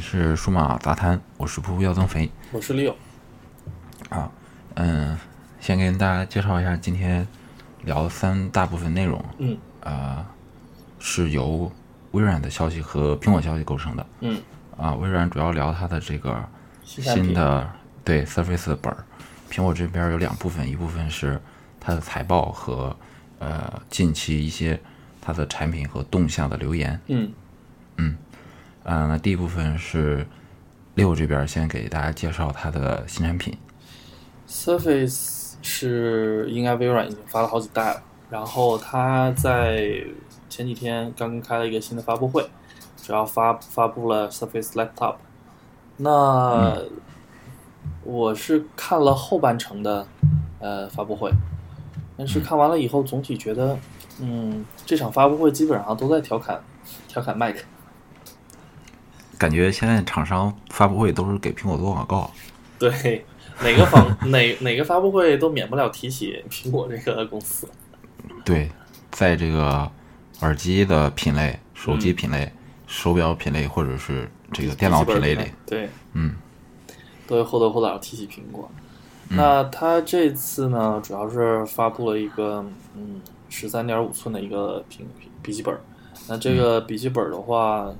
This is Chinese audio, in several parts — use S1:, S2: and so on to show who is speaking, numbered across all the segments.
S1: 是数码杂谈，我是噗噗要增肥
S2: 我是 Leo，
S1: 啊。嗯，先跟大家介绍一下今天聊三大部分内容，
S2: 嗯
S1: 啊，是由微软的消息和苹果消息构成的
S2: 嗯，
S1: 啊。微软主要聊它的这个
S2: 新产
S1: 新
S2: 品，
S1: 的对 Surface 的本儿，苹果这边有两部分，一部分是它的财报和呃近期一些它的产品和动向的留言，
S2: 嗯
S1: 嗯，那第一部分是六这边先给大家介绍它的新产品。
S2: ，Surface 是应该微软已经发了好几代了，然后它在前几天刚刚开了一个新的发布会，主要发发布了 Surface Laptop。那、
S1: 嗯
S2: 我是看了后半程的呃发布会，
S1: 嗯
S2: 但是看完了以后，总体觉得，嗯，这场发布会基本上都在调侃调侃 Mac。
S1: 感觉现在厂商发布会都是给苹果做广告，
S2: 对，哪个访哪哪个发布会都免不了提起苹果这个公司。
S1: 对，在这个耳机的品类、手机品类、手表品类或者是这个电脑品类里，
S2: 对，
S1: 嗯，
S2: 都会或多或少提起苹果。那它这次呢，主要是发布了一个嗯十三点五寸的一个屏笔记本儿。那
S1: 嗯
S2: 这个笔记本儿的话，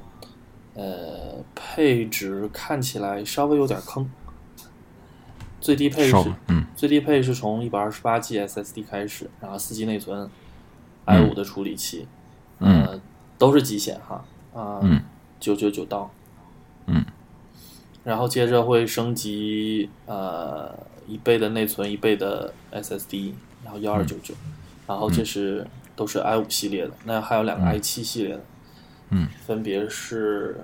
S2: 呃，配置看起来稍微有点坑。最低配
S1: 稍
S2: 是
S1: 嗯
S2: 最低配是从一百二十八 G SSD 开始，然后四 G 内存，i 五的处理器，
S1: 嗯
S2: 呃，都是极限哈，啊、
S1: 嗯
S2: 九九九刀，
S1: 嗯，
S2: 然后接着会升级呃一倍的内存，一倍的 SSD，然后幺二九九，
S1: 嗯
S2: 然后这是、都是 i 五系列的，那还有两个 i 七系列的，
S1: 嗯，
S2: 分别是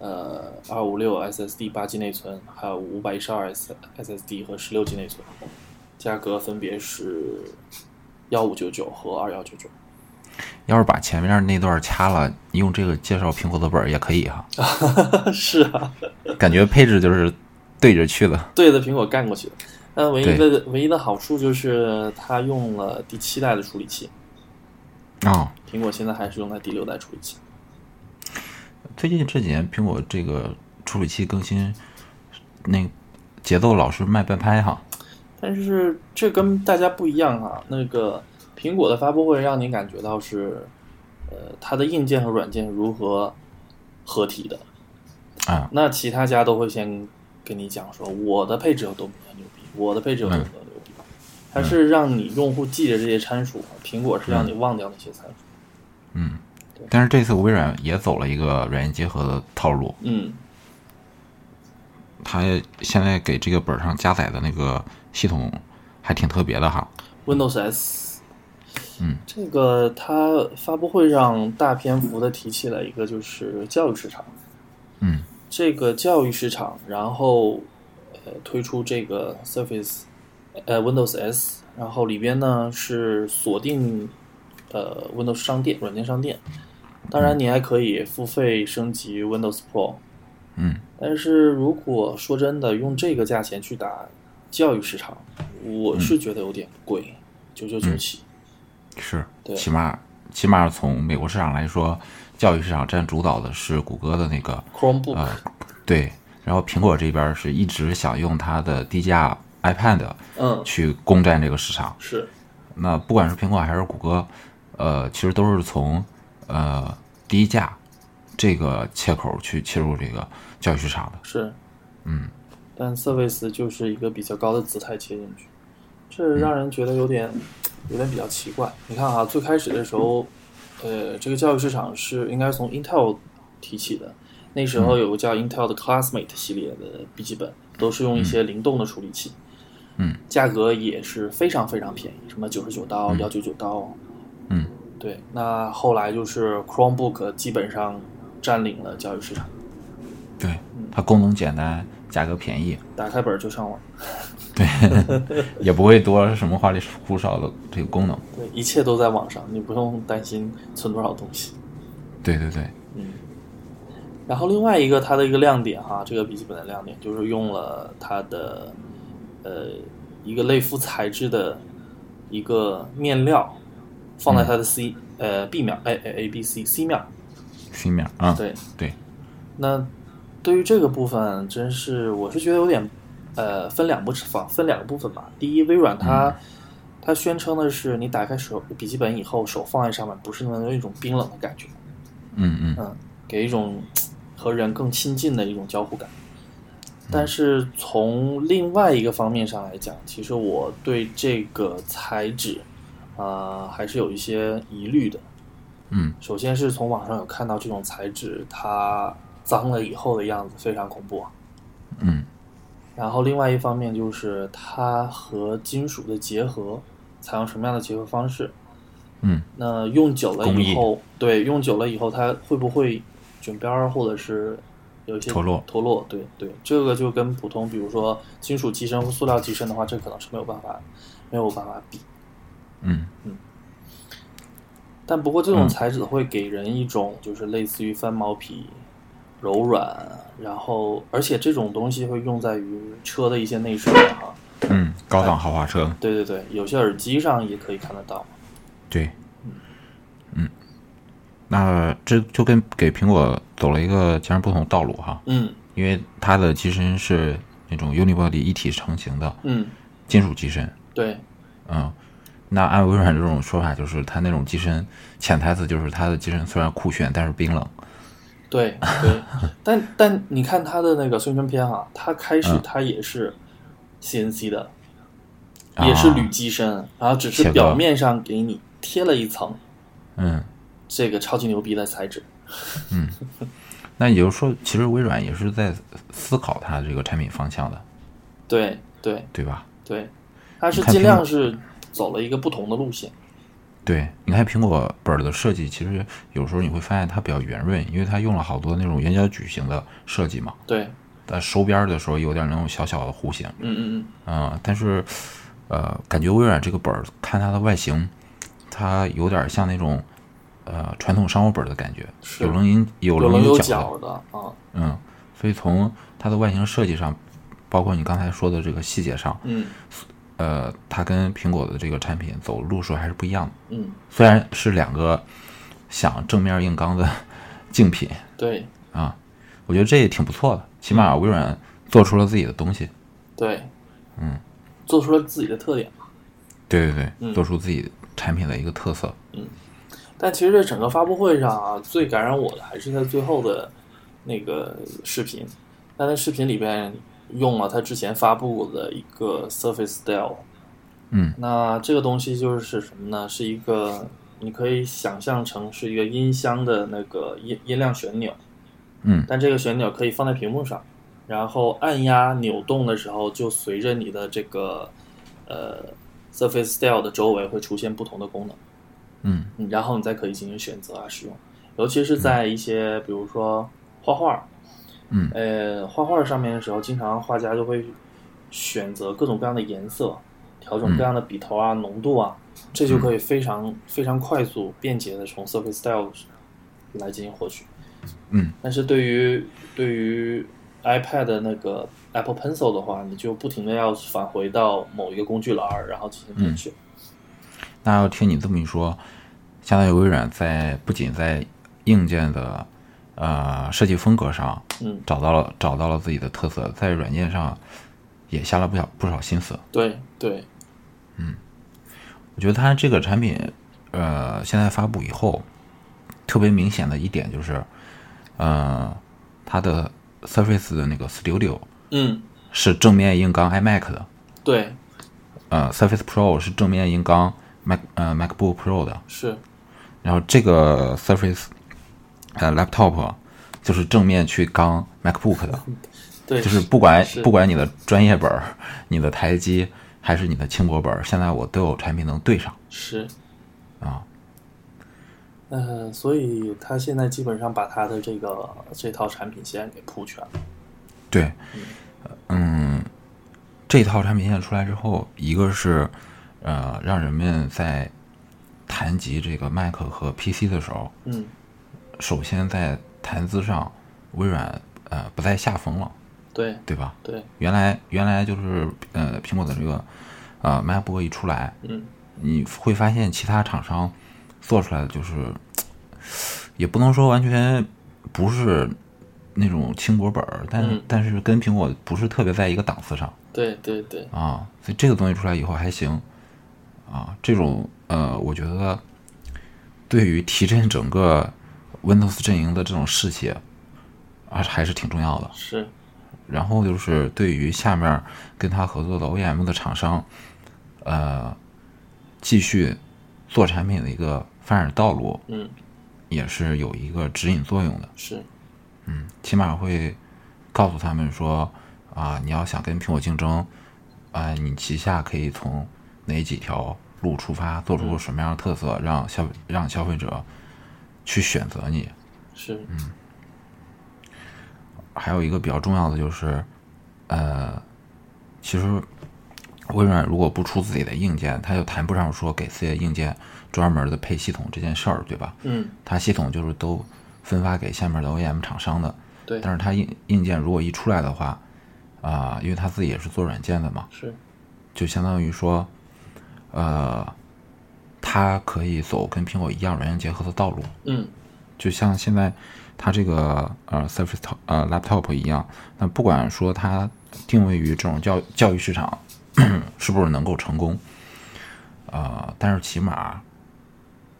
S2: 呃二五六 SSD 八 G 内存，还有五百一十二 S SSD 和十六 G 内存，价格分别是幺五九九和二幺九 九。
S1: 要是把前面那段掐了，用这个介绍苹果的本儿也可以哈、
S2: 是啊，
S1: 感觉配置就是对着去的，
S2: 对着苹果干过去的。但唯一
S1: 对
S2: 的唯一的好处就是它用了第七代的处理器，
S1: 啊、
S2: 苹果现在还是用它第六代处理器。
S1: 最近这几年，苹果这个处理器更新，那节奏老是慢半拍哈。
S2: 但是这跟大家不一样啊，那个苹果的发布会让你感觉到是，呃，它的硬件和软件如何合体的。
S1: 啊，
S2: 那其他家都会先跟你讲说，我的配置有多么的牛逼，我的配置有多么的牛逼，它是让你用户记着这些参数，苹果是让你忘掉那些参数。
S1: 但是这次微软也走了一个软硬结合的套路，
S2: 嗯，
S1: 它现在给这个本儿上加载的那个系统还挺特别的哈。
S2: Windows S。
S1: 嗯，
S2: 这个它发布会上大篇幅的提起了一个就是教育市场，
S1: 嗯
S2: 这个教育市场，然后呃推出这个 Surface，呃 Windows S，然后里边呢是锁定呃 Windows 商店软件商店，当然你还可以付费升级 Windows Pro，
S1: 嗯，
S2: 但是如果说真的用这个价钱去打教育市场，我是觉得有点贵，九九九起。
S1: 是，嗯
S2: 对
S1: 起码起码从美国市场来说，教育市场占主导的是谷歌的那个
S2: Chromebook，、
S1: 呃，对，然后苹果这边是一直想用它的低价 iPad
S2: 嗯，
S1: 去攻占这个市场。
S2: 是，
S1: 那不管是苹果还是谷歌，呃，其实都是从呃低价这个切口去切入这个教育市场的。
S2: 是，嗯，但 Service 就是一个比较高的姿态切进去，这让人觉得有点有点比较奇怪。你看啊，最开始的时候，呃，这个教育市场是应该从 Intel 提起的，那时候有个叫 Intel 的 Classmate 系列的笔记本，都是用一些灵动的处理器，
S1: 嗯，
S2: 价格也是非常非常便宜，什么九十九刀、幺九九刀，
S1: 嗯，
S2: 对。那后来就是 Chromebook 基本上占领了教育市场，
S1: 对，它功能简单，价格便宜，
S2: 打开本儿就上网。
S1: 也不会多什么花里胡哨的这个功能。
S2: 对，一切都在网上，你不用担心存多少东西。嗯
S1: 对对对，
S2: 然后另外一个它的一个亮点哈，这个笔记本的亮点就是用了它的呃一个类肤材质的一个面料，放在它的 C、呃 B 面，哎哎 A B C C 面，
S1: 新面啊，
S2: 对，
S1: 对，
S2: 那对于这个部分，真是我是觉得有点，呃，分两部分分两个部分吧。第一，微软它、它宣称的是你打开手笔记本以后，手放在上面不是那么一种冰冷的感觉，
S1: 嗯嗯
S2: 嗯，给一种和人更亲近的一种交互感。但是从另外一个方面上来讲，其实我对这个材质，啊、还是有一些疑虑的。
S1: 嗯
S2: 首先是从网上有看到这种材质，它脏了以后的样子非常恐怖啊。
S1: 嗯
S2: 然后另外一方面就是它和金属的结合，采用什么样的结合方式？
S1: 嗯
S2: 那用久了以后，对，用久了以后它会不会卷边儿，或者是有一些
S1: 脱落
S2: 脱落，对对，这个就跟普通比如说金属机身或塑料机身的话，这可能是没有办法没有办法比。
S1: 嗯
S2: 但不过这种
S1: 嗯
S2: 材质会给人一种就是类似于翻毛皮、柔软，然后而且这种东西会用在于车的一些内饰上哈。
S1: 嗯，高档豪华车，
S2: 对对对，有些耳机上也可以看得到。
S1: 对，嗯，那这就跟给苹果走了一个截然不同的道路哈，
S2: 嗯
S1: 因为它的机身是那种 unibody 一体成型的
S2: 嗯，
S1: 金属机身，
S2: 对，
S1: 嗯，那按微软这种说法，就是它那种机身潜台词就是它的机身虽然酷炫，但是冰冷，
S2: 对对，但但你看它的那个宣传片哈，它开始
S1: 嗯
S2: 它也是 CNC 的，
S1: 啊
S2: 也是铝机身，然后只
S1: 切
S2: 是
S1: 割
S2: 表面上给你贴了一层
S1: 嗯。
S2: 这个超级牛逼的材质。
S1: 那也就是说，其实微软也是在思考它这个产品方向的，
S2: 对对
S1: 对吧？
S2: 对，它是
S1: 你看
S2: 尽
S1: 苹
S2: 量
S1: 果
S2: 是走了一个不同的路线。
S1: 对，你看苹果本儿的设计，其实有时候你会发现它比较圆润，因为它用了好多那种圆角矩形的设计嘛。
S2: 对，
S1: 但收边儿的时候有点那种小小的弧形，
S2: 嗯嗯嗯，
S1: 嗯、但是呃，感觉微软这个本儿，看它的外形，它有点像那种呃传统商务本儿的感觉，
S2: 是
S1: 有棱有有
S2: 有
S1: 棱
S2: 棱有
S1: 角的
S2: 角的啊，
S1: 嗯，所以从它的外形设计上，包括你刚才说的这个细节上，
S2: 嗯
S1: 呃，它跟苹果的这个产品走路数还是不一样的。
S2: 嗯，
S1: 虽然是两个想正面硬刚的竞品
S2: 对
S1: 啊，我觉得这也挺不错的，起码微软做出了自己的东西。
S2: 对，嗯，做出了自己的特点。
S1: 对对对，
S2: 嗯
S1: 做出自己产品的一个特色。
S2: 但其实这整个发布会上啊，最感染我的还是他最后的那个视频。但那视频里边用了他之前发布过的一个 Surface Style，
S1: 嗯，
S2: 那这个东西就是什么呢？是一个你可以想象成是一个音箱的那个音音量旋钮，
S1: 嗯
S2: 但这个旋钮可以放在屏幕上，然后按压扭动的时候，就随着你的这个呃 Surface Style 的周围会出现不同的功能。
S1: 嗯
S2: 嗯然后你再可以进行选择啊使用，尤其是在一些比如说画画，
S1: 嗯
S2: 呃，画画上面的时候，经常画家就会选择各种各样的颜色，调整
S1: 嗯
S2: 各样的笔头啊、浓度啊，这就可以非常、非常快速、便捷的从 Surface Style 来进行获取。
S1: 嗯，
S2: 但是对于对于 iPad 的那个 Apple Pencil 的话，你就不停的要返回到某一个工具栏儿，然后进行编
S1: 嗯
S2: 选。
S1: 那要听你这么一说，相当于微软在不仅在硬件的呃设计风格上
S2: 嗯，
S1: 找到了找到了自己的特色，在软件上也下了不小不少心思。
S2: 对对，
S1: 我觉得它这个产品，呃，现在发布以后，特别明显的一点就是，呃，它的 Surface 的那个 Studio
S2: 嗯，
S1: 是正面硬刚 iMac 的，
S2: 对，
S1: 呃，Surface Pro 是正面硬刚 Mac 呃 MacBook Pro 的，
S2: 是。
S1: 然后这个 Surface 呃 Laptop 就是正面去刚 MacBook 的，
S2: 对，
S1: 就是不管
S2: 是
S1: 不管你的专业本儿、你的台机还是你的轻薄本儿，现在我都有产品能对上
S2: 是，
S1: 啊，
S2: 呃，所以他现在基本上把他的这个这套产品线给铺全了。
S1: 对，嗯，这套产品线出来之后，一个是呃，让人们在谈及这个 Mac 和 PC 的时候，
S2: 嗯，
S1: 首先在谈资上，微软呃不在下风了，
S2: 对
S1: 对吧？
S2: 对，
S1: 原来原来就是呃苹果的这个呃 MacBook 一出来，
S2: 嗯，
S1: 你会发现其他厂商做出来的就是，也不能说完全不是那种轻薄本儿，但是、
S2: 嗯
S1: 但是跟苹果不是特别在一个档次上
S2: 对对对，
S1: 啊，所以这个东西出来以后还行啊，这种呃，我觉得对于提振整个 Windows 阵营的这种士气啊，还是挺重要的。
S2: 是，
S1: 然后就是对于下面跟他合作的 OEM 的厂商，呃，继续做产品的一个发展道路，
S2: 嗯，
S1: 也是有一个指引作用的。
S2: 是，
S1: 嗯，起码会告诉他们说，啊，你要想跟苹果竞争，啊，你旗下可以从哪几条路出发，做出什么样的特色，让消让消费者去选择你。
S2: 是，
S1: 还有一个比较重要的就是，呃，其实微软如果不出自己的硬件，它就谈不上说给自己的硬件专门的配系统这件事儿，对吧？
S2: 嗯，
S1: 它系统就是都分发给下面的 OEM 厂商的，
S2: 对，
S1: 但是它硬硬件如果一出来的话，啊、因为它自己也是做软件的嘛，
S2: 是，
S1: 就相当于说，呃，它可以走跟苹果一样软硬结合的道路。
S2: 嗯，
S1: 就像现在它这个呃 Surface Top 呃 Laptop 一样，那不管说它定位于这种教教育市场是不是能够成功，呃，但是起码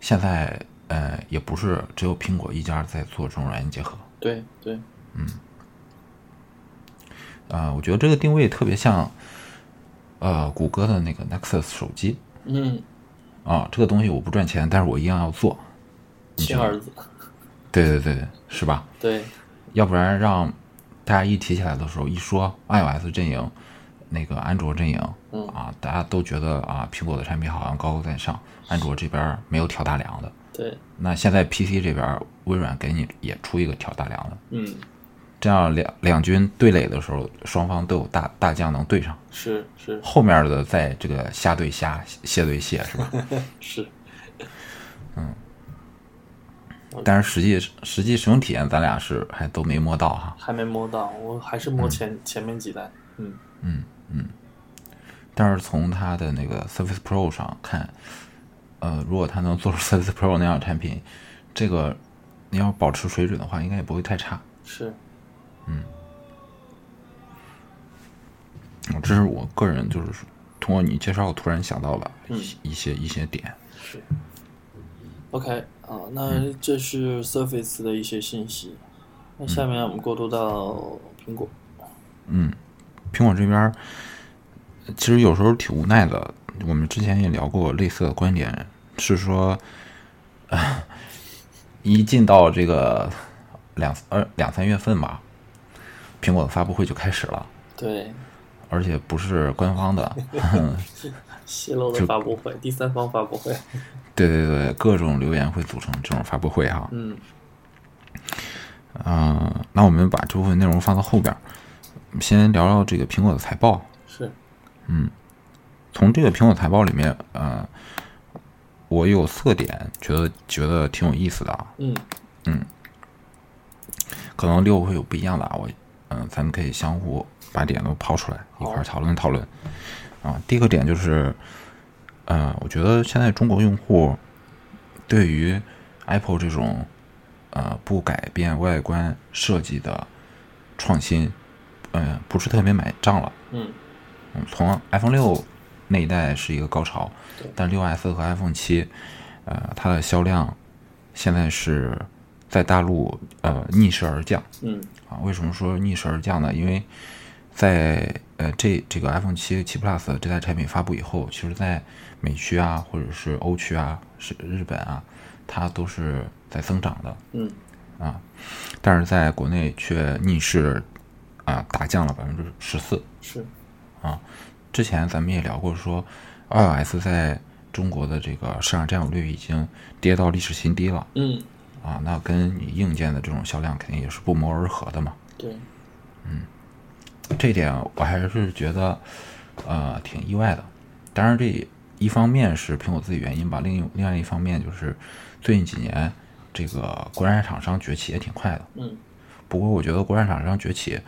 S1: 现在呃也不是只有苹果一家在做这种软硬结合，
S2: 对对，
S1: 呃，我觉得这个定位特别像呃谷歌的那个 Nexus 手机
S2: 嗯，
S1: 啊，这个东西我不赚钱，但是我一样要做，
S2: 亲儿子，
S1: 对对对对，是吧？
S2: 对，
S1: 要不然让大家一提起来的时候，一说 iOS 阵营，那个安卓阵营，
S2: 嗯
S1: 啊，大家都觉得啊，苹果的产品好像高高在上，安卓这边没有挑大梁的。
S2: 对，
S1: 那现在 PC 这边，微软给你也出一个挑大梁的，
S2: 嗯，
S1: 这样两两军对垒的时候，双方都有大大将能对上，
S2: 是是
S1: 后面的在这个虾对虾，蟹对蟹，是吧？
S2: 是，
S1: 但是实际实际使用体验，咱俩是还都没摸到哈。
S2: 还没摸到，我还是
S1: 嗯
S2: 摸前前面几代，嗯，
S1: 但是从它的那个 Surface Pro 上看，呃，如果它能做出 Surface Pro 那样的产品，这个你要保持水准的话，应该也不会太差。
S2: 是，
S1: 嗯这是我个人就是通过你介绍突然想到了一些一些一些点。
S2: 是，OK 啊，那
S1: 嗯
S2: 这是 Surface 的一些信息。那下面我们过渡到苹果，
S1: 苹果这边儿呃其实有时候挺无奈的，我们之前也聊过类似的观点，是说，啊、一进到这个两二两三月份吧，苹果的发布会就开始了。
S2: 对，
S1: 而且不是官方的，
S2: 泄露的发布会，第三方发布会，
S1: 对对对，各种留言会组成这种发布会哈。
S2: 嗯，
S1: 嗯、那我们把这部分内容放到后边儿，我们先聊聊这个苹果的财报。
S2: 是，
S1: 从这个苹果财报里面，呃，我有四个点觉得觉得挺有意思的啊，
S2: 嗯，
S1: 可能六会有不一样的啊。我，嗯、咱们可以相互把点都抛出来，一块儿讨论讨论。啊，第一个点就是，呃，我觉得现在中国用户对于 Apple 这种呃不改变外观设计的创新，嗯、不是特别买账了。
S2: 嗯，
S1: 嗯，从 iPhone 六那一代是一个高潮
S2: 对，
S1: 但六 S 和 iPhone 七，呃，它的销量现在是在大陆呃逆势而降。
S2: 嗯，
S1: 啊，为什么说逆势而降呢？因为在呃这这个 iPhone 七、七 Plus 这代产品发布以后，其实在美区啊，或者是欧区啊，是日本啊，它都是在增长的，
S2: 嗯，
S1: 但是在国内却逆势啊、大降了百分之十四。
S2: 是，
S1: 之前咱们也聊过说，iOS 在中国的这个市场占有率已经跌到历史新低了
S2: 嗯，
S1: 啊，那跟你硬件的这种销量肯定也是不谋而合的嘛。
S2: 对，
S1: 这点我还是觉得，呃，挺意外的。当然，这一方面是苹果自己原因吧，另一另外一方面就是最近几年这个国产厂商崛起也挺快的。
S2: 嗯，
S1: 不过我觉得国产厂商崛起，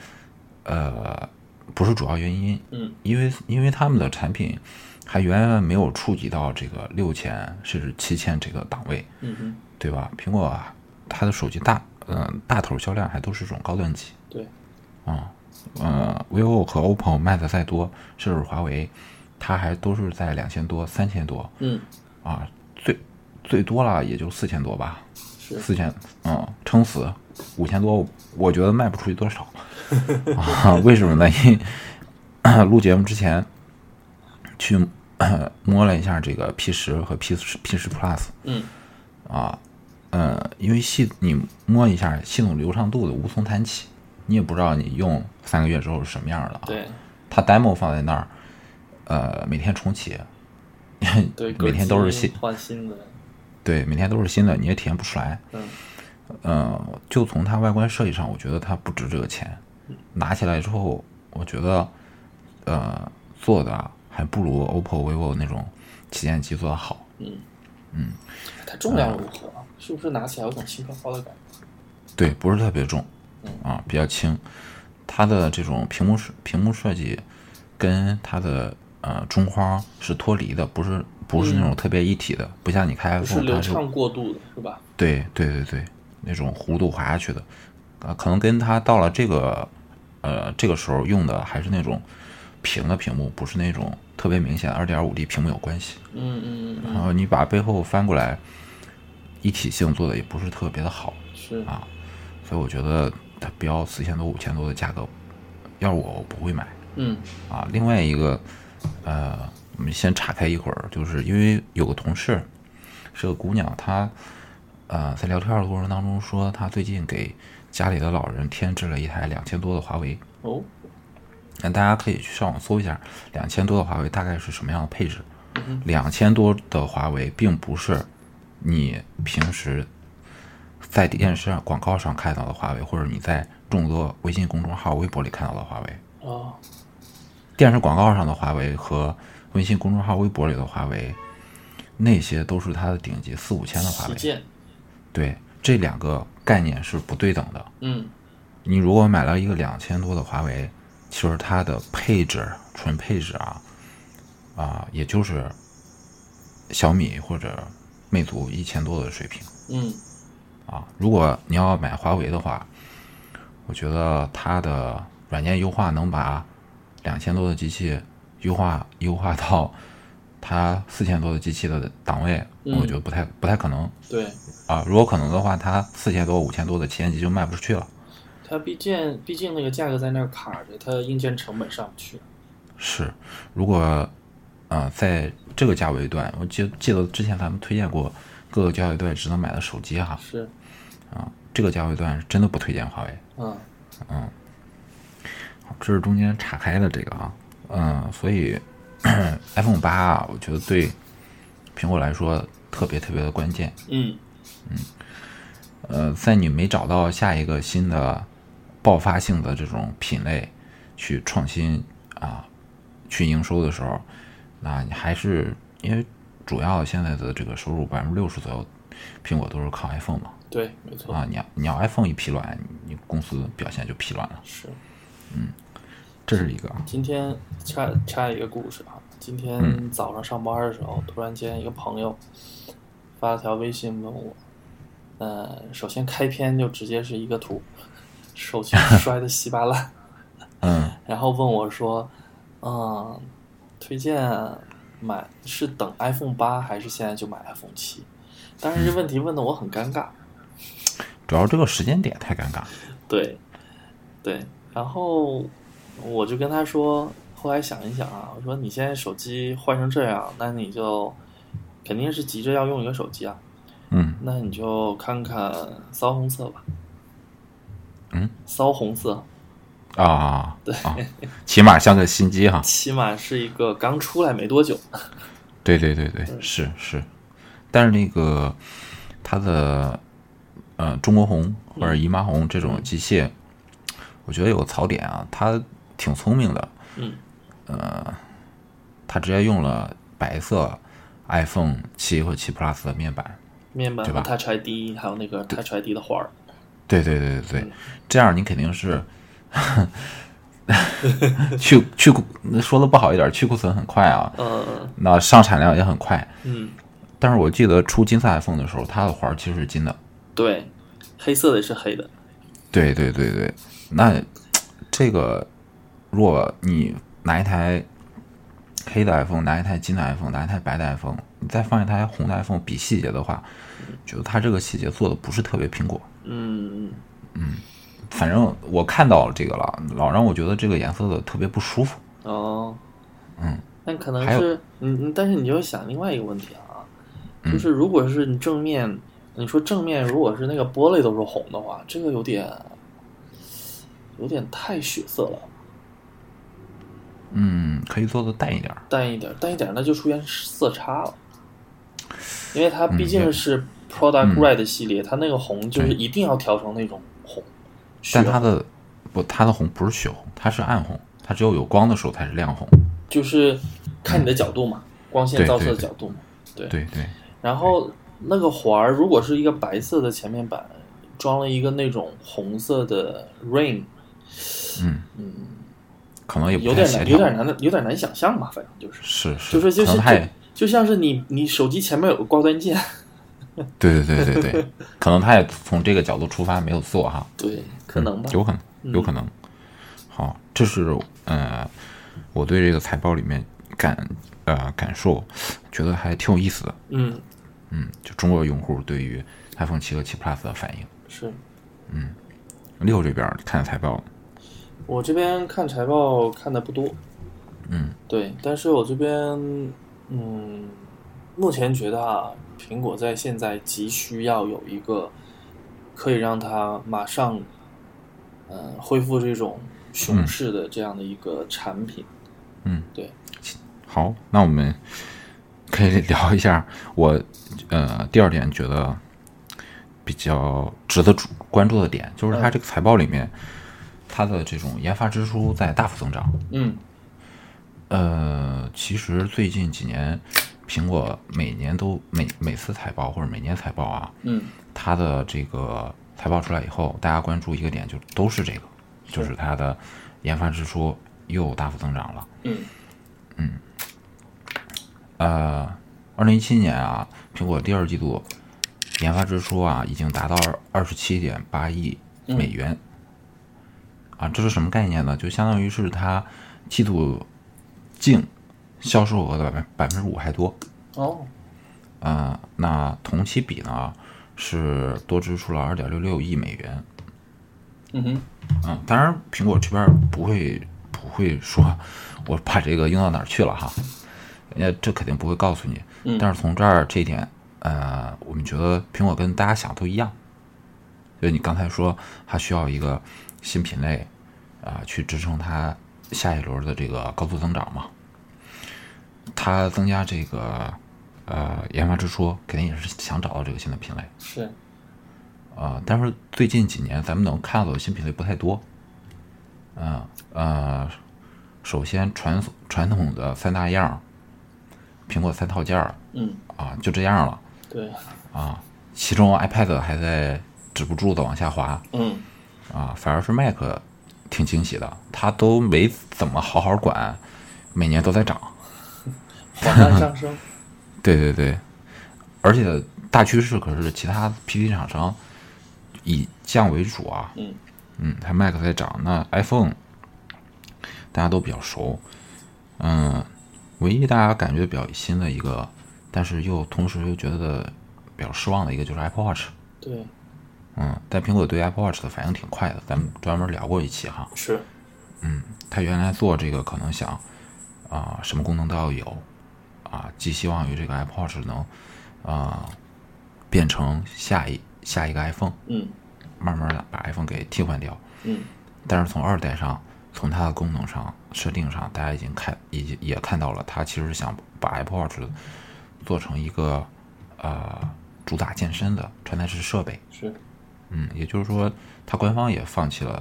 S1: 呃，不是主要原因，
S2: 嗯，
S1: 因为因为他们的产品还远远没有触及到这个六千甚至七千这个档位，
S2: 嗯哼，
S1: 对吧？苹果啊它的手机大嗯、大头销量还都是这种高端机。
S2: 对，
S1: 啊、呃，vivo 和 OPPO 卖的再多，甚至华为，它还都是在两千多、三千多
S2: 嗯，
S1: 啊，最最多了也就四千多吧，
S2: 是
S1: 四千，嗯，撑死五千多，我觉得卖不出去多少啊？为什么呢？因为 录节目之前去 摸了一下这个 P 十和 P 十 P 十 Plus，
S2: 嗯，
S1: 啊，呃，因为系你摸一下系统流畅度的无从谈起，你也不知道你用三个月之后是什么样的啊。
S2: 对
S1: 它 demo 放在那儿，呃，每天重启，
S2: 对，
S1: 每天都是
S2: 更
S1: 新
S2: 新，换新的，
S1: 对，每天都是新的，你也体验不出来。
S2: 嗯，
S1: 呃，就从它外观设计上，我觉得它不值这个钱。
S2: 嗯
S1: 拿起来之后，我觉得，呃，做的啊还不如 OPPO、vivo 那种旗舰机做的好。
S2: 它重量如何？啊
S1: 啊
S2: 是不是拿起来有种轻飘飘的感觉？
S1: 对，不是特别重，
S2: 嗯
S1: 啊，比较轻。它的这种屏幕设屏幕设计跟它的呃中框是脱离的，不是不是那种特别一体的，不像你开
S2: 嗯不是
S1: iPhone
S2: 流
S1: 它是
S2: 畅过渡的，是吧？
S1: 对对对对那种弧度滑下去的，啊，可能跟它到了这个呃这个时候用的还是那种平的屏幕，不是那种特别明显二点五 D 屏幕有关系。
S2: 嗯嗯嗯
S1: 然后你把背后翻过来，一体性做的也不是特别的好。
S2: 嗯，是
S1: 啊，所以我觉得它标四千多、五千多的价格，要是我我不会买
S2: 嗯
S1: 啊。另外一个，呃，我们先岔开一会儿，就是因为有个同事是个姑娘，她呃在聊天的过程当中说，她最近给家里的老人添置了一台两千多的华为，
S2: 哦，
S1: 那大家可以去上网搜一下，两千多的华为大概是什么样的配置
S2: 嗯？哼
S1: 两千多的华为并不是你平时在电视上广告上看到的华为，或者你在众多微信公众号、微博里看到的华为。
S2: 哦，
S1: 电视广告上的华为和微信公众号、微博里的华为，那些都是它的顶级四五千的华
S2: 旗
S1: 为。
S2: 舰，
S1: 对，这两个概念是不对等的。
S2: 嗯，
S1: 你如果买了一个两千多的华为，其实它的配置，纯配置啊，啊、也就是小米或者魅族一千多的水平
S2: 嗯，
S1: 啊。如果你要买华为的话，我觉得它的软件优化能把两千多的机器优化优化到它四千多的机器的档位，
S2: 嗯
S1: 我觉得不太不太可能
S2: 对，
S1: 啊。如果可能的话，它四千多、五千多的旗舰机就卖不出去了。
S2: 它毕竟毕竟那个价格在那儿卡着，它硬件成本上不去。
S1: 是，如果呃在这个价位段，我记记得之前咱们推荐过各个价位段值得买的手机哈，
S2: 是，
S1: 这个价位段是真的不推荐华为。
S2: 嗯，
S1: 这是中间岔开的这个啊，嗯，所以 iPhone 八啊，我觉得对苹果来说特别特别的关键。
S2: 嗯，
S1: 呃，在你没找到下一个新的爆发性的这种品类去创新啊，去营收的时候，那你还是因为主要现在的这个收入百分之六十左右，苹果都是靠 iPhone 嘛，
S2: 对，没错，
S1: 啊，你要你要 iPhone 一疲软，你公司表现就疲软了，
S2: 是。
S1: 这是一个啊，
S2: 今天插插一个故事啊，今天
S1: 嗯
S2: 早上上班的时候，突然间一个朋友发了条微信问我，呃，首先开篇就直接是一个图，手 机摔得稀巴烂，
S1: 嗯
S2: 然后问我说，嗯，推荐买是等 iPhone 八还是现在就买 iPhone 七？当时这问题问的我很尴尬，
S1: 主要这个时间点太尴尬了，
S2: 对，对，然后我就跟他说，后来想一想啊，我说你现在手机换成这样，那你就肯定是急着要用一个手机啊，
S1: 嗯
S2: 那你就看看骚红色吧。
S1: 嗯，
S2: 骚红色
S1: 啊啊，起码像个新机哈，
S2: 起码是一个刚出来没多久，
S1: 对对对对，是是，但是那个它的呃中国红或者姨妈红这种机械，我觉得有个槽点啊，它挺聪明的，
S2: 嗯，
S1: 呃，它直接用了白色 iPhone 七和七 Plus 的面板，
S2: 面板
S1: 对
S2: 和
S1: 吧
S2: Touch ID 还有那个 Touch ID 的花儿，
S1: 对对对对对，这样你肯定是 去去库说的不好一点，去库存很快啊，
S2: 呃，
S1: 那上产量也很快，
S2: 嗯，
S1: 但是我记得出金色 iPhone 的时候，它的环儿其实是金的。
S2: 对，黑色的也是黑的，
S1: 对对对对，那这个，如果你拿一台黑的 iPhone，拿一台金的 iPhone，拿一台白的 iPhone，你再放一台红的 iPhone 比细节的话，觉得它这个细节做的不是特别苹果。
S2: 嗯，
S1: 反正我看到这个了，老让我觉得这个颜色的特别不舒服。
S2: 哦，
S1: 嗯，
S2: 但可能
S1: 还有嗯
S2: 是，嗯，嗯但是你就想另外一个问题啊，就是如果是你正面，你说正面如果是那个玻璃都是红的话，这个有点，有点太血色了，
S1: 嗯，可以做的淡一点儿。
S2: 淡一点，淡一点，那就出现色差了，因为它
S1: 嗯
S2: 毕竟是 Product Red 系列，它那个红就是一定要调成那种红，血
S1: 但它的不，它的红不是血红，它是暗红，它只有有光的时候才是亮红。
S2: 就是看你的角度嘛，光线
S1: 对
S2: 照
S1: 对
S2: 射的
S1: 嗯对
S2: 角度嘛。
S1: 对对，
S2: 然后那个环儿如果是一个白色的前面板，装了一个那种红色的 rain，
S1: 嗯嗯，可能也不
S2: 有
S1: 太
S2: 点
S1: 协
S2: 难，
S1: 调。
S2: 有点难，有点难想象吧，反正就是，
S1: 是，
S2: 就是是就
S1: 可
S2: 是
S1: 能它也
S2: 就就像是你你手机前面有个高端键，
S1: 对对对对对，可能他也从这个角度出发没有做哈。
S2: 对，可能吧，嗯
S1: 有可能，有可能。好，这是呃，我对这个财报里面感呃感受，觉得还挺有意思的。
S2: 嗯，
S1: 嗯，就中国用户对于 iPhone 七和七 Plus 的反应。
S2: 是
S1: 六这边看财报，
S2: 我这边看财报看的不多，
S1: 嗯，
S2: 对，但是我这边嗯，目前觉得啊，苹果在现在急需要有一个可以让它马上嗯、呃恢复这种熊市的这样的一个产品，
S1: 好，那我们可以聊一下我呃第二点觉得比较值得注关注的点，就是它这个财报里面，它的这种研发支出在大幅增长。
S2: 嗯
S1: 呃，其实最近几年，苹果每年都每每次财报或者每年财报啊，
S2: 嗯
S1: 它的这个财报出来以后，大家关注一个点就都是这个，就是它的研发支出又大幅增长了。
S2: 嗯
S1: 呃，二零一七年啊，苹果第二季度研发支出啊已经达到二十七点八亿美元、啊，这是什么概念呢？就相当于是它季度净销售额的百分百分之五还多。
S2: 哦
S1: 啊、那同期比呢是多支出了二点六六亿美元。
S2: 嗯哼
S1: 嗯，当然苹果这边儿不会不会说我把这个用到哪儿去了哈，人家这肯定不会告诉你。
S2: 嗯
S1: 但是从这儿这一点，呃，我们觉得苹果跟大家想的都一样，就你刚才说它需要一个新品类啊、去支撑它下一轮的这个高速增长嘛。它增加这个呃研发支出，肯定也是想找到这个新的品类
S2: 是
S1: 啊、但是最近几年咱们能看到的新品类不太多，啊呃首先传传统的三大样儿，苹果三套件儿
S2: 嗯
S1: 啊，就这样了。
S2: 对
S1: 啊，其中 iPad 还在止不住的往下滑
S2: 嗯
S1: 啊，反而是 Mac 挺惊喜的，它都没怎么好好管，每年都在涨。
S2: 缓慢上升
S1: 对对对，而且大趋势可是其他 PC 厂商以降为主啊，
S2: 嗯
S1: 嗯，它 Mac 在涨，那 iPhone 大家都比较熟，嗯，唯一大家感觉比较新的一个，但是又同时又觉得比较失望的一个就是 Apple Watch。
S2: 对
S1: 嗯，但苹果对 Apple Watch 的反应挺快的，咱们专门聊过一期哈。
S2: 是
S1: 它嗯原来做这个可能想啊、什么功能都要有啊，寄希望于这个 Apple Watch 能啊、变成下一下一个 iPhone，
S2: 嗯
S1: 慢慢的把 iPhone 给替换掉。
S2: 嗯
S1: 但是从二代上，从它的功能上、设定上，大家已经看已经也看到了，它其实想把 Apple Watch 做成一个呃主打健身的穿戴式设备。
S2: 是
S1: 嗯，也就是说，它官方也放弃了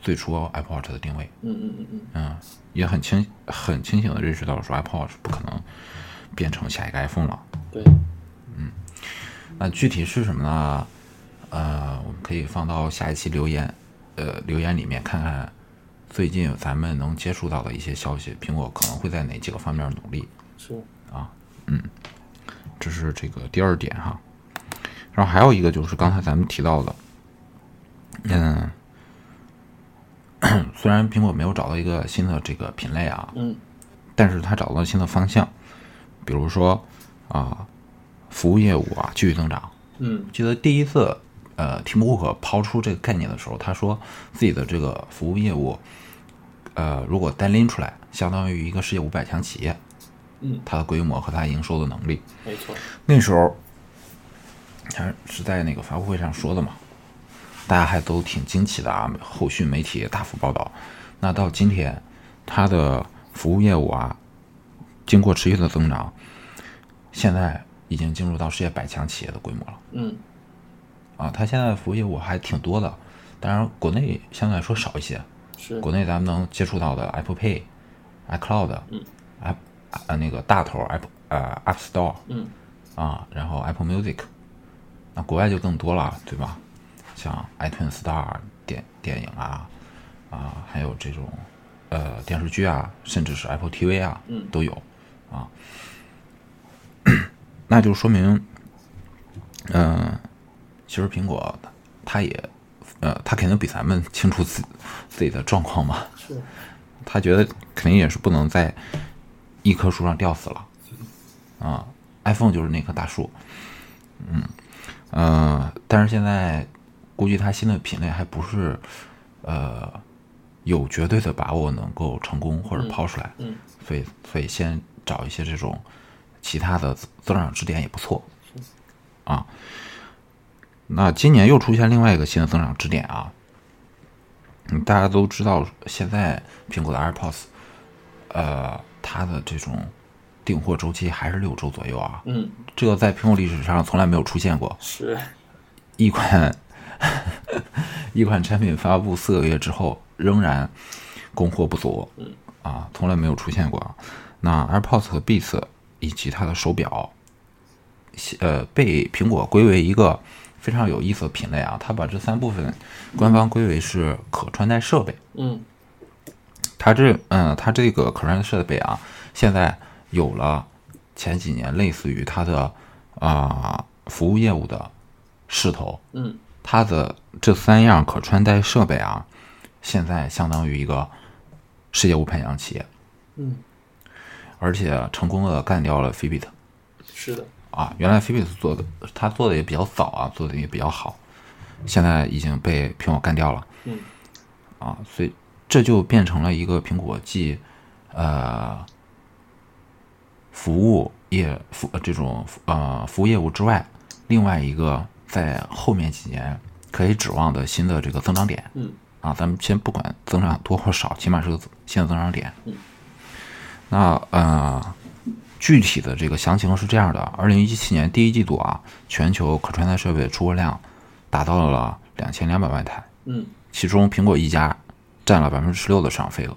S1: 最初 Apple Watch 的定位，
S2: 嗯嗯嗯嗯
S1: 嗯，也很清很清醒的认识到说 Apple Watch 不可能变成下一个 iPhone 了。
S2: 对
S1: 那具体是什么呢？呃，我们可以放到下一期留言，呃，留言里面看看最近咱们能接触到的一些消息，苹果可能会在哪几个方面努力。
S2: 是
S1: 这是这个第二点哈。然后还有一个就是刚才咱们提到的，嗯， 虽然苹果没有找到一个新的这个品类啊，
S2: 嗯，
S1: 但是它找到了新的方向，比如说啊、服务业务啊继续增长。
S2: 嗯
S1: 记得第一次呃，提姆·库克抛出这个概念的时候，他说自己的这个服务业务，呃，如果单拎出来，相当于一个世界五百强企业，
S2: 嗯，
S1: 它的规模和它营收的能力。
S2: 没错，
S1: 那时候还是在那个发布会上说的嘛，大家还都挺惊奇的啊。后续媒体也大幅报道。那到今天，它的服务业务啊，经过持续的增长，现在已经进入到世界百强企业的规模了
S2: 嗯
S1: 啊。它现在服务业务还挺多的，当然国内相对来说少一些。
S2: 是
S1: 国内咱们能接触到的 Apple Pay、iCloud、
S2: 嗯
S1: App 啊那个大头 Apple 呃 App Store，
S2: 嗯
S1: 啊，然后 Apple Music，那国外就更多了，对吧？像 iTunes Star 电电影啊，啊，还有这种呃电视剧啊，甚至是 Apple TV 啊，
S2: 嗯
S1: 都有啊。 那就说明，嗯、其实苹果它也，呃，它肯定比咱们清楚自自己的状况嘛，
S2: 是
S1: 他觉得肯定也是不能在一棵树上吊死了啊。iPhone 就是那棵大树，嗯呃，但是现在估计它新的品类还不是呃有绝对的把握能够成功或者抛出来，
S2: 嗯
S1: 所以所以先找一些这种其他的增增长支点也不错啊。那今年又出现另外一个新的增长支点啊，嗯，大家都知道，现在苹果的 AirPods，呃，它的这种订货周期还是六周左右啊，
S2: 嗯
S1: 这个在苹果历史上从来没有出现过。
S2: 是
S1: 一款 一款产品发布四个月之后，仍然供货不足，啊，从来没有出现过啊。那 AirPods 和 Beats 以及它的手表，呃，被苹果归为一个非常有意思的品类啊。它把这三部分官方归为是可穿戴设备。
S2: 嗯
S1: 它这嗯，它这个可穿戴设备啊，现在有了前几年类似于它的啊、服务业务的势头。
S2: 嗯
S1: 它的这三样可穿戴设备啊，现在相当于一个世界五百强企业，
S2: 嗯
S1: 而且成功的干掉了 Fitbit
S2: 是的，
S1: 啊。原来 Fitbit 做的，它做的也比较早啊，做的也比较好，现在已经被苹果干掉了。
S2: 嗯
S1: 啊，所以这就变成了一个苹果既呃服务业服呃这种呃服务业务之外，另外一个在后面几年可以指望的新的这个增长点。
S2: 嗯
S1: 啊，咱们先不管增长多或少，起码是个新的增长点。
S2: 嗯
S1: 那呃，具体的这个详情是这样的：二零一七年第一季度啊，全球可穿戴设备出货量达到了两千两百万台。
S2: 嗯
S1: 其中苹果一家占了百分之十六的市场份额，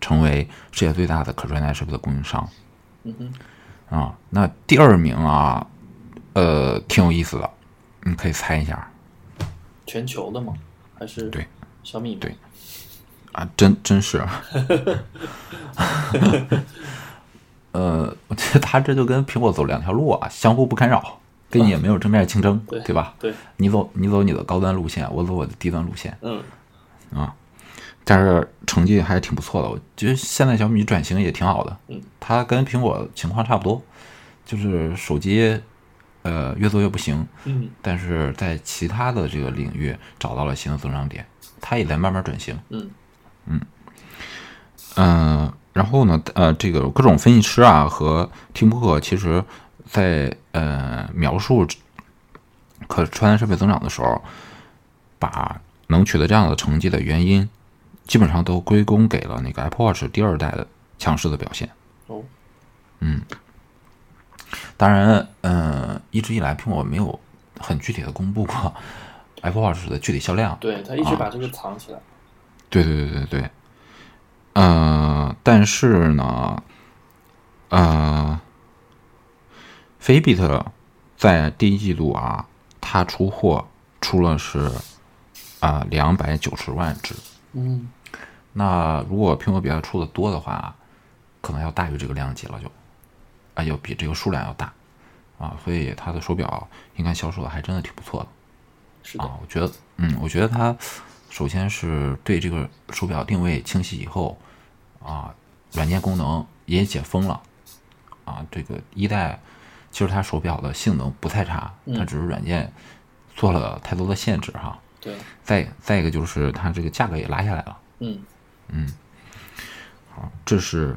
S1: 成为世界最大的可穿戴设备的供应商
S2: 嗯哼
S1: 啊。那第二名啊，呃，挺有意思的，你可以猜一下
S2: 全球的嘛还是
S1: 对
S2: 小米嘛
S1: 对啊，真真是， 呃，我觉得他这就跟苹果走两条路啊，相互不干扰，跟你也没有正面竞争，
S2: 对
S1: 对吧？
S2: 对
S1: 你走你走你的高端路线，我走我的低端路线。
S2: 嗯
S1: 但是成绩还挺不错的。我觉得现在小米转型也挺好的，
S2: 嗯，
S1: 它跟苹果情况差不多，就是手机呃越做越不行，
S2: 嗯
S1: 但是在其他的这个领域找到了新的增长点，它也在慢慢转型。
S2: 嗯
S1: 嗯、然后呢，呃，这个各种分析师啊和 Tim Cook 其实在呃描述可穿戴设备增长的时候，把能取得这样的成绩的原因，基本上都归功给了那个 Apple Watch 第二代的强势的表现。嗯
S2: 哦
S1: 当然，嗯，一直以来苹果没有很具体的公布过 Apple Watch 的具体销量。
S2: 对他一直把这个藏起来，
S1: 对对对对对，呃，但是呢，呃，菲比特在第一季度啊，它出货出了是啊两百九十万只，
S2: 嗯
S1: 那如果苹果比它出的多的话，啊可能要大于这个量级了就，啊，要比这个数量要大，啊，所以它的手表应该销售的还真的挺不错的。
S2: 是的，
S1: 啊，我觉得，嗯，我觉得它首先是对这个手表定位清晰以后，啊，软件功能也解封了，啊，这个一代其实它手表的性能不太差，它
S2: 嗯
S1: 只是软件做了太多的限制哈。
S2: 对，
S1: 再再一个就是它这个价格也拉下来了，
S2: 嗯
S1: 这是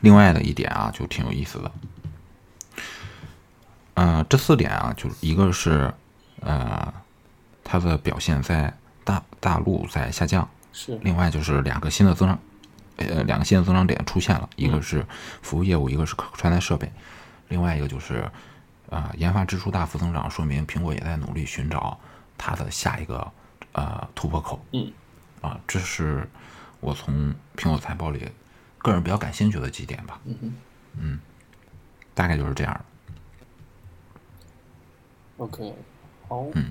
S1: 另外的一点啊，就挺有意思的。呃，这四点啊，就是一个是呃，它的表现在大大陆在下降，
S2: 是，
S1: 另外就是两个新的增长，呃，两个新的增长点出现了，
S2: 嗯
S1: 一个是服务业务，一个是可穿戴设备，另外一个就是呃，研发支出大幅增长，说明苹果也在努力寻找它的下一个呃突破口。
S2: 嗯，
S1: 啊，这是我从苹果财报里个人比较感兴趣的几点吧。
S2: 嗯哼
S1: 大概就是这样的。
S2: ，OK，好，
S1: 嗯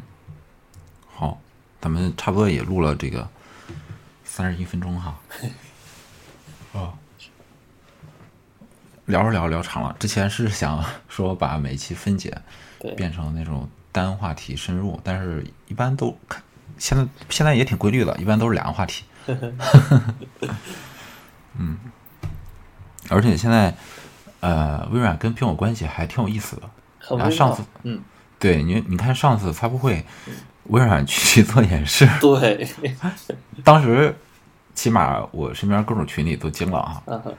S1: 好，咱们差不多也录了这个三十一分钟哈。啊，聊着聊着聊长了，之前是想说把每期分解
S2: 对，
S1: 变成那种单话题深入，但是一般都看现在现在也挺规律的，一般都是两个话题。嗯，而且现在呃，微软跟苹果关系还挺有意思的。
S2: 很
S1: 然后
S2: 微
S1: 上
S2: 妙
S1: 次，
S2: 嗯，
S1: 对你，你看上次发布会，微软去做演示，
S2: 对，
S1: 当时起码我身边各种群里都惊了啊
S2: 嗯哼。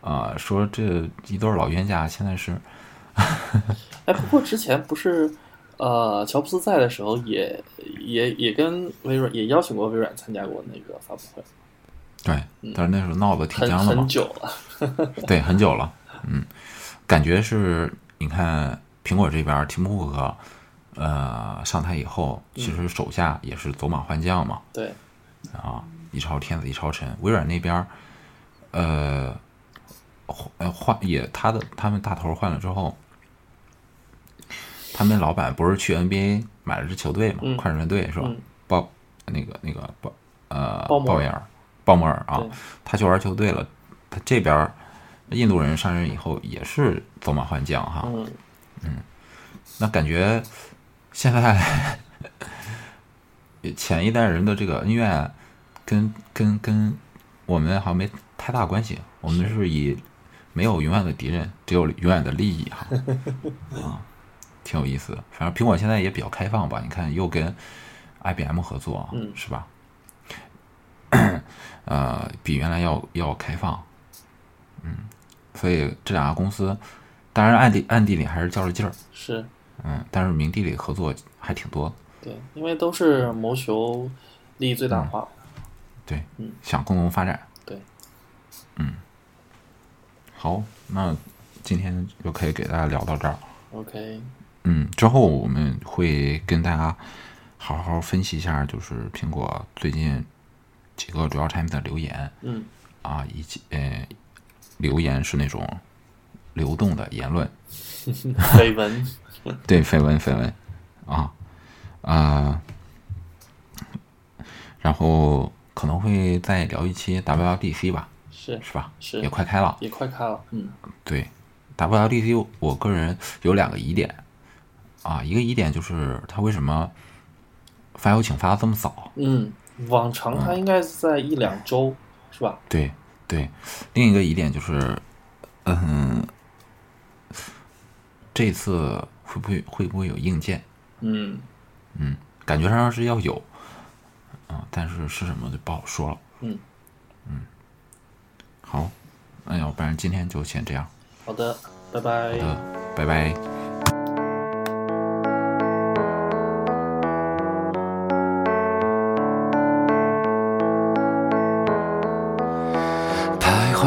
S1: 啊、说这一对儿老冤家现在是
S2: 哎，不过之前不是，呃，乔布斯在的时候也也也跟微软也邀请过微软参加过那个发布会，
S1: 对，但是那时候闹得挺
S2: 很
S1: 僵的嘛
S2: 很，久了。
S1: 对，很久了，嗯，感觉是你看苹果这边儿，提姆库克呃上台以后，其实手下也是走马换将嘛，
S2: 对，
S1: 啊，一朝天子一朝臣。微软那边儿，呃，换呃换也他的他们大头换了之后，他们老板不是去 NBA 买了支球队嘛，
S2: 嗯
S1: 快船队是吧？
S2: 嗯
S1: 鲍那个那个鲍呃
S2: 鲍
S1: 鲍
S2: 摩尔
S1: 威尔鲍摩尔啊
S2: 对，
S1: 他去玩球队了。他这边儿印度人上任以后也是走马换将哈，
S2: 嗯，
S1: 那感觉现在 前一代人的这个恩怨跟跟跟我们好像没太大关系，我们是以没有永远的敌人，只有永远的利益哈，啊，挺有意思的。反正苹果现在也比较开放吧，你看又跟 IBM 合作，啊
S2: 嗯
S1: 是吧？ 呃，比原来要要开放，嗯，所以这两个公司，当然暗地暗地里还是较着劲儿，
S2: 是
S1: 嗯，但是明地里合作还挺多的，
S2: 对，因为都是谋求利益最大化。
S1: 对，
S2: 嗯
S1: 想共同发展，嗯
S2: 对，
S1: 好，那今天就可以给大家聊到这儿，
S2: OK，
S1: 嗯，之后我们会跟大家好好分析一下，就是苹果最近几个主要产品的留言
S2: 嗯，
S1: 啊，以及呃，留言是那种流动的言论，
S2: 绯 闻，
S1: 对，绯闻绯闻啊啊、然后可能会再聊一期 WWDC 吧，
S2: 是
S1: 是吧？
S2: 是
S1: 也快开了。
S2: 也快开了，嗯
S1: 对，WLDC 我个人有两个疑点啊，一个疑点就是它为什么发邮请发的这么早？
S2: 嗯，往常它应该是在一两周，是吧？
S1: 对对，另一个疑点就是，嗯，这次会不会会不会有硬件？
S2: 嗯，
S1: 感觉上是要有，啊，但是是什么就不好说了。
S2: 嗯
S1: 嗯，好，哎那要不然今天就先这样，
S2: 好的，拜拜。
S1: 呃，拜拜。
S3: 徘徊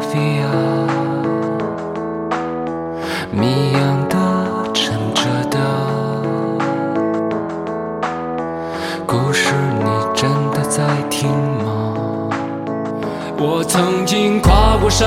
S3: Via，谜样的，沉着的，曾经跨过山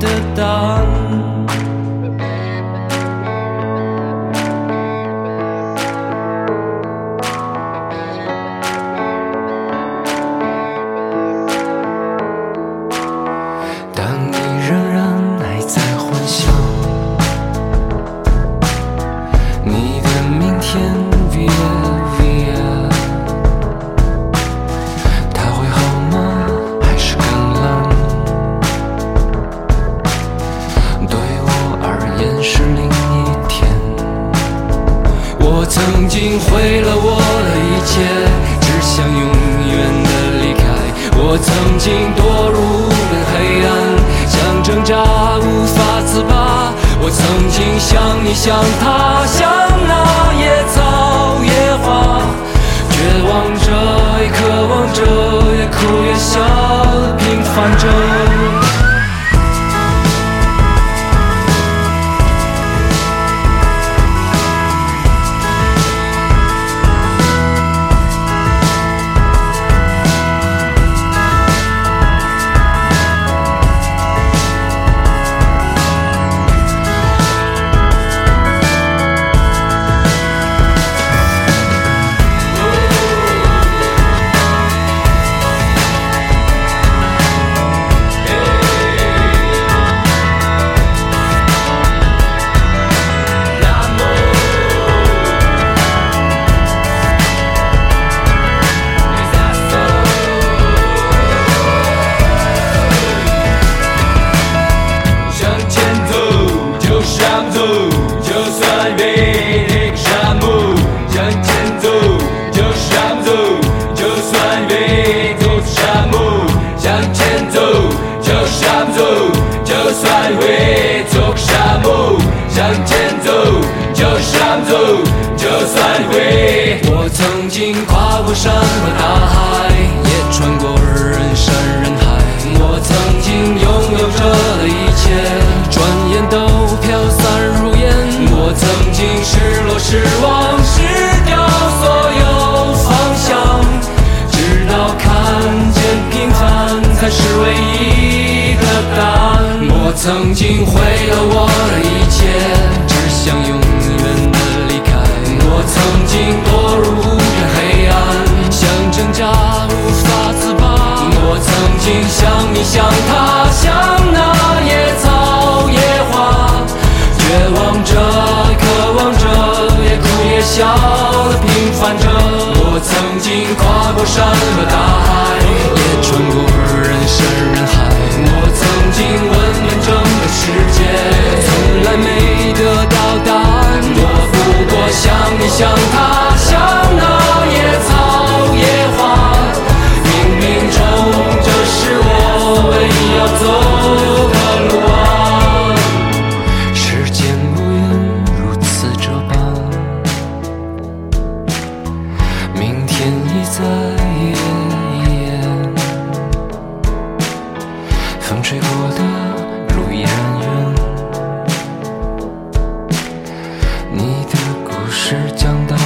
S3: 的答案。当你仍然还在幻想，你的明天 via via，它会好吗？还是更冷？对我而言是另一天。我曾经毁了我的一切，只想永远的离开。我曾经堕入无边黑暗，想挣扎无法自拔。我曾经像你，像他，像那野草野花，绝望着，也渴望着，也哭也笑，平凡着。
S4: 向前走，就想走，就算遍地沙漠。向前走，就想走，就算遍地沙漠。向前走，就想走，就算会走沙漠。向前走，就想走，就算会。
S3: 我曾经跨过山和大海，也穿过人山人海。我曾经拥有着的一切，转眼都飘散如烟。我曾经失落、失望、失掉所有方向，直到看见平凡才是唯一的答案。我曾经毁了我的一切，只想永远的离开。我曾经堕入无边黑暗，想挣扎无法自拔。我曾经像你，像他，像那野草野花，绝望着，渴望着，也哭也笑的平凡着。我曾经跨过山和大海，也穿过人山人海。我曾经问遍整个世界，从来没得到答案。我不过像你，像他，像那野草野花，冥冥中这是我唯一要走的路啊。时间无言，如此这般。明天已在眼眼，风吹过的路依然远。你的故事讲到